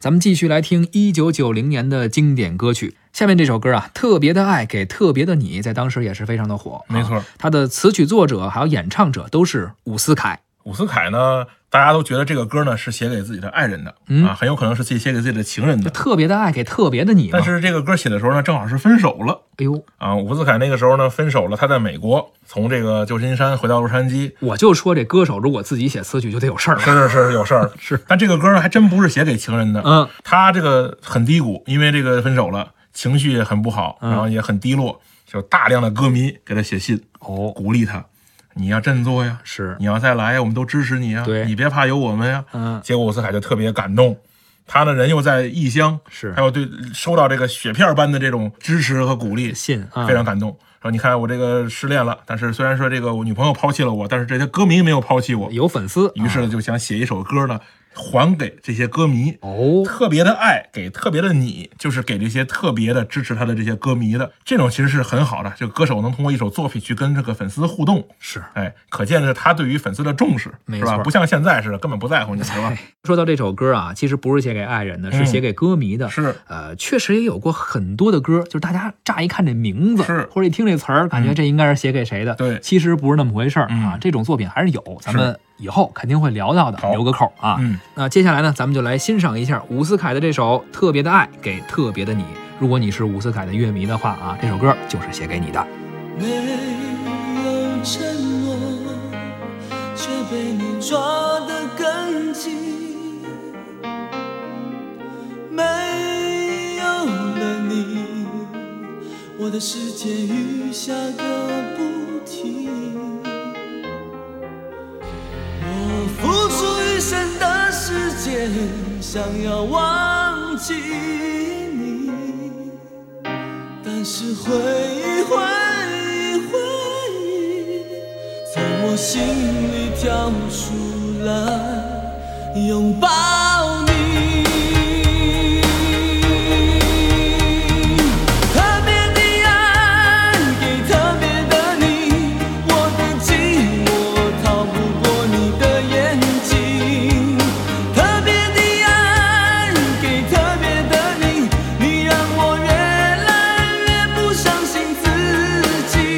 咱们继续来听一九九零年的经典歌曲。下面这首歌啊，《特别的爱给特别的你》，在当时也是非常的火。没错啊，它的词曲作者还有演唱者都是伍思凯。伍思凯呢，大家都觉得这个歌呢是写给自己的爱人的、嗯啊，很有可能是自己写给自己的情人的。特别的爱给特别的你嘛但，是这个歌写的时候呢，正好是分手了哎呦，啊。伍思凯那个时候呢分手了，他在美国，从这个旧金山回到洛杉矶，我就说这歌手如果自己写词曲就得有事儿了。是是是有事儿 是。但这个歌还真不是写给情人的，嗯，他这个很低谷，因为这个分手了，情绪也很不好，嗯然后也很低落，就大量的歌迷给他写信哦，鼓励他，你要振作呀，是，你要再来呀，我们都支持你呀，对你别怕有我们呀。嗯，结果伍思凯就特别感动，他呢人又在异乡，是他又对收到这个雪片般的这种支持和鼓励，信啊，非常感动。说你看我这个失恋了，但是虽然说这个我女朋友抛弃了我，但是这些歌迷没有抛弃我，有粉丝。于是啊呢就想写一首歌呢，还给这些歌迷。哦，特别的爱给特别的你，就是给这些特别的支持他的这些歌迷的，这种其实是很好的。就歌手能通过一首作品去跟这个粉丝互动，是。哎，可见是他对于粉丝的重视，没是吧？错不像现在似的，根本不 在乎你，是吧？说到这首歌啊，其实不是写给爱人的，是嗯写给歌迷的。是呃，确实也有过很多的歌，就是大家乍一看这名字，是嗯或者一听这词儿，感觉这应该是写给谁的。对其实不是那么回事儿啊嗯。这种作品还是有，咱们以后肯定会聊到的，好留个扣啊。嗯，那接下来呢，咱们就来欣赏一下伍思凯的这首《特别的爱给特别的你》。如果你是伍思凯的乐迷的话啊，这首歌就是写给你的。没有承诺，却被你抓得更紧。没有了你，我的世界雨下个不停。我付出一生的时间，想要忘记你。但是回忆，回忆，回忆，从我心里跳出来，拥抱你。特别的爱给特别的你，我的寂寞逃不过你的眼睛。特别的爱给特别的你，你让我越来越不相信自己。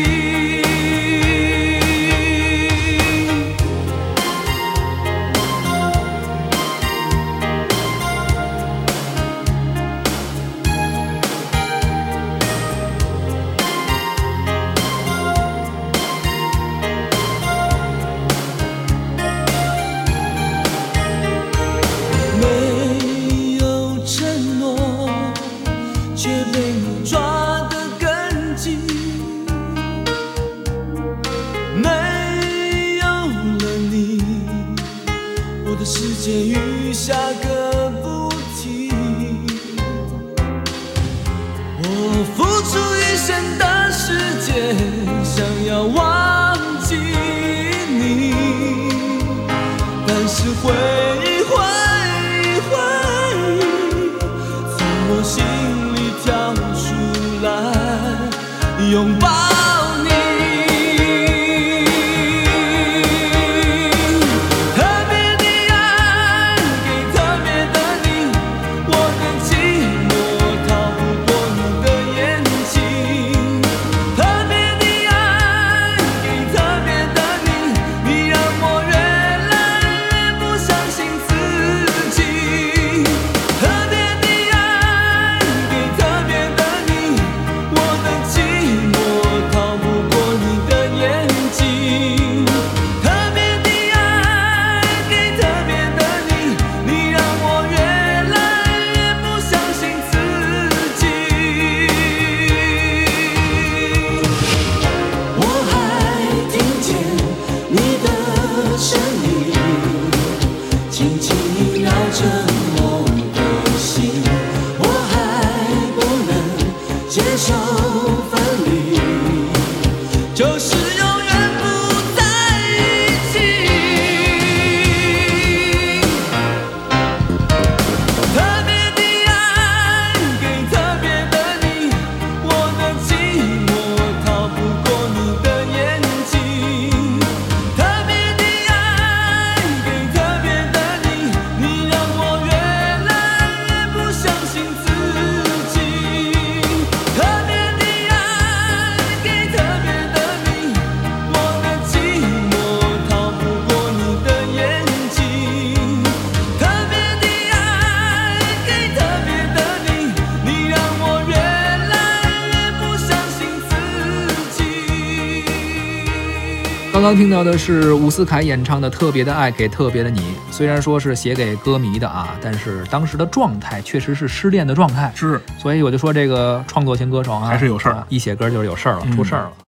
刚刚听到的是伍思凯演唱的《特别的爱给特别的你》，虽然说是写给歌迷的啊，但是当时的状态确实是失恋的状态，是所以我就说这个创作型歌手啊，还是有事儿啊一写歌就是有事儿了，出事儿了。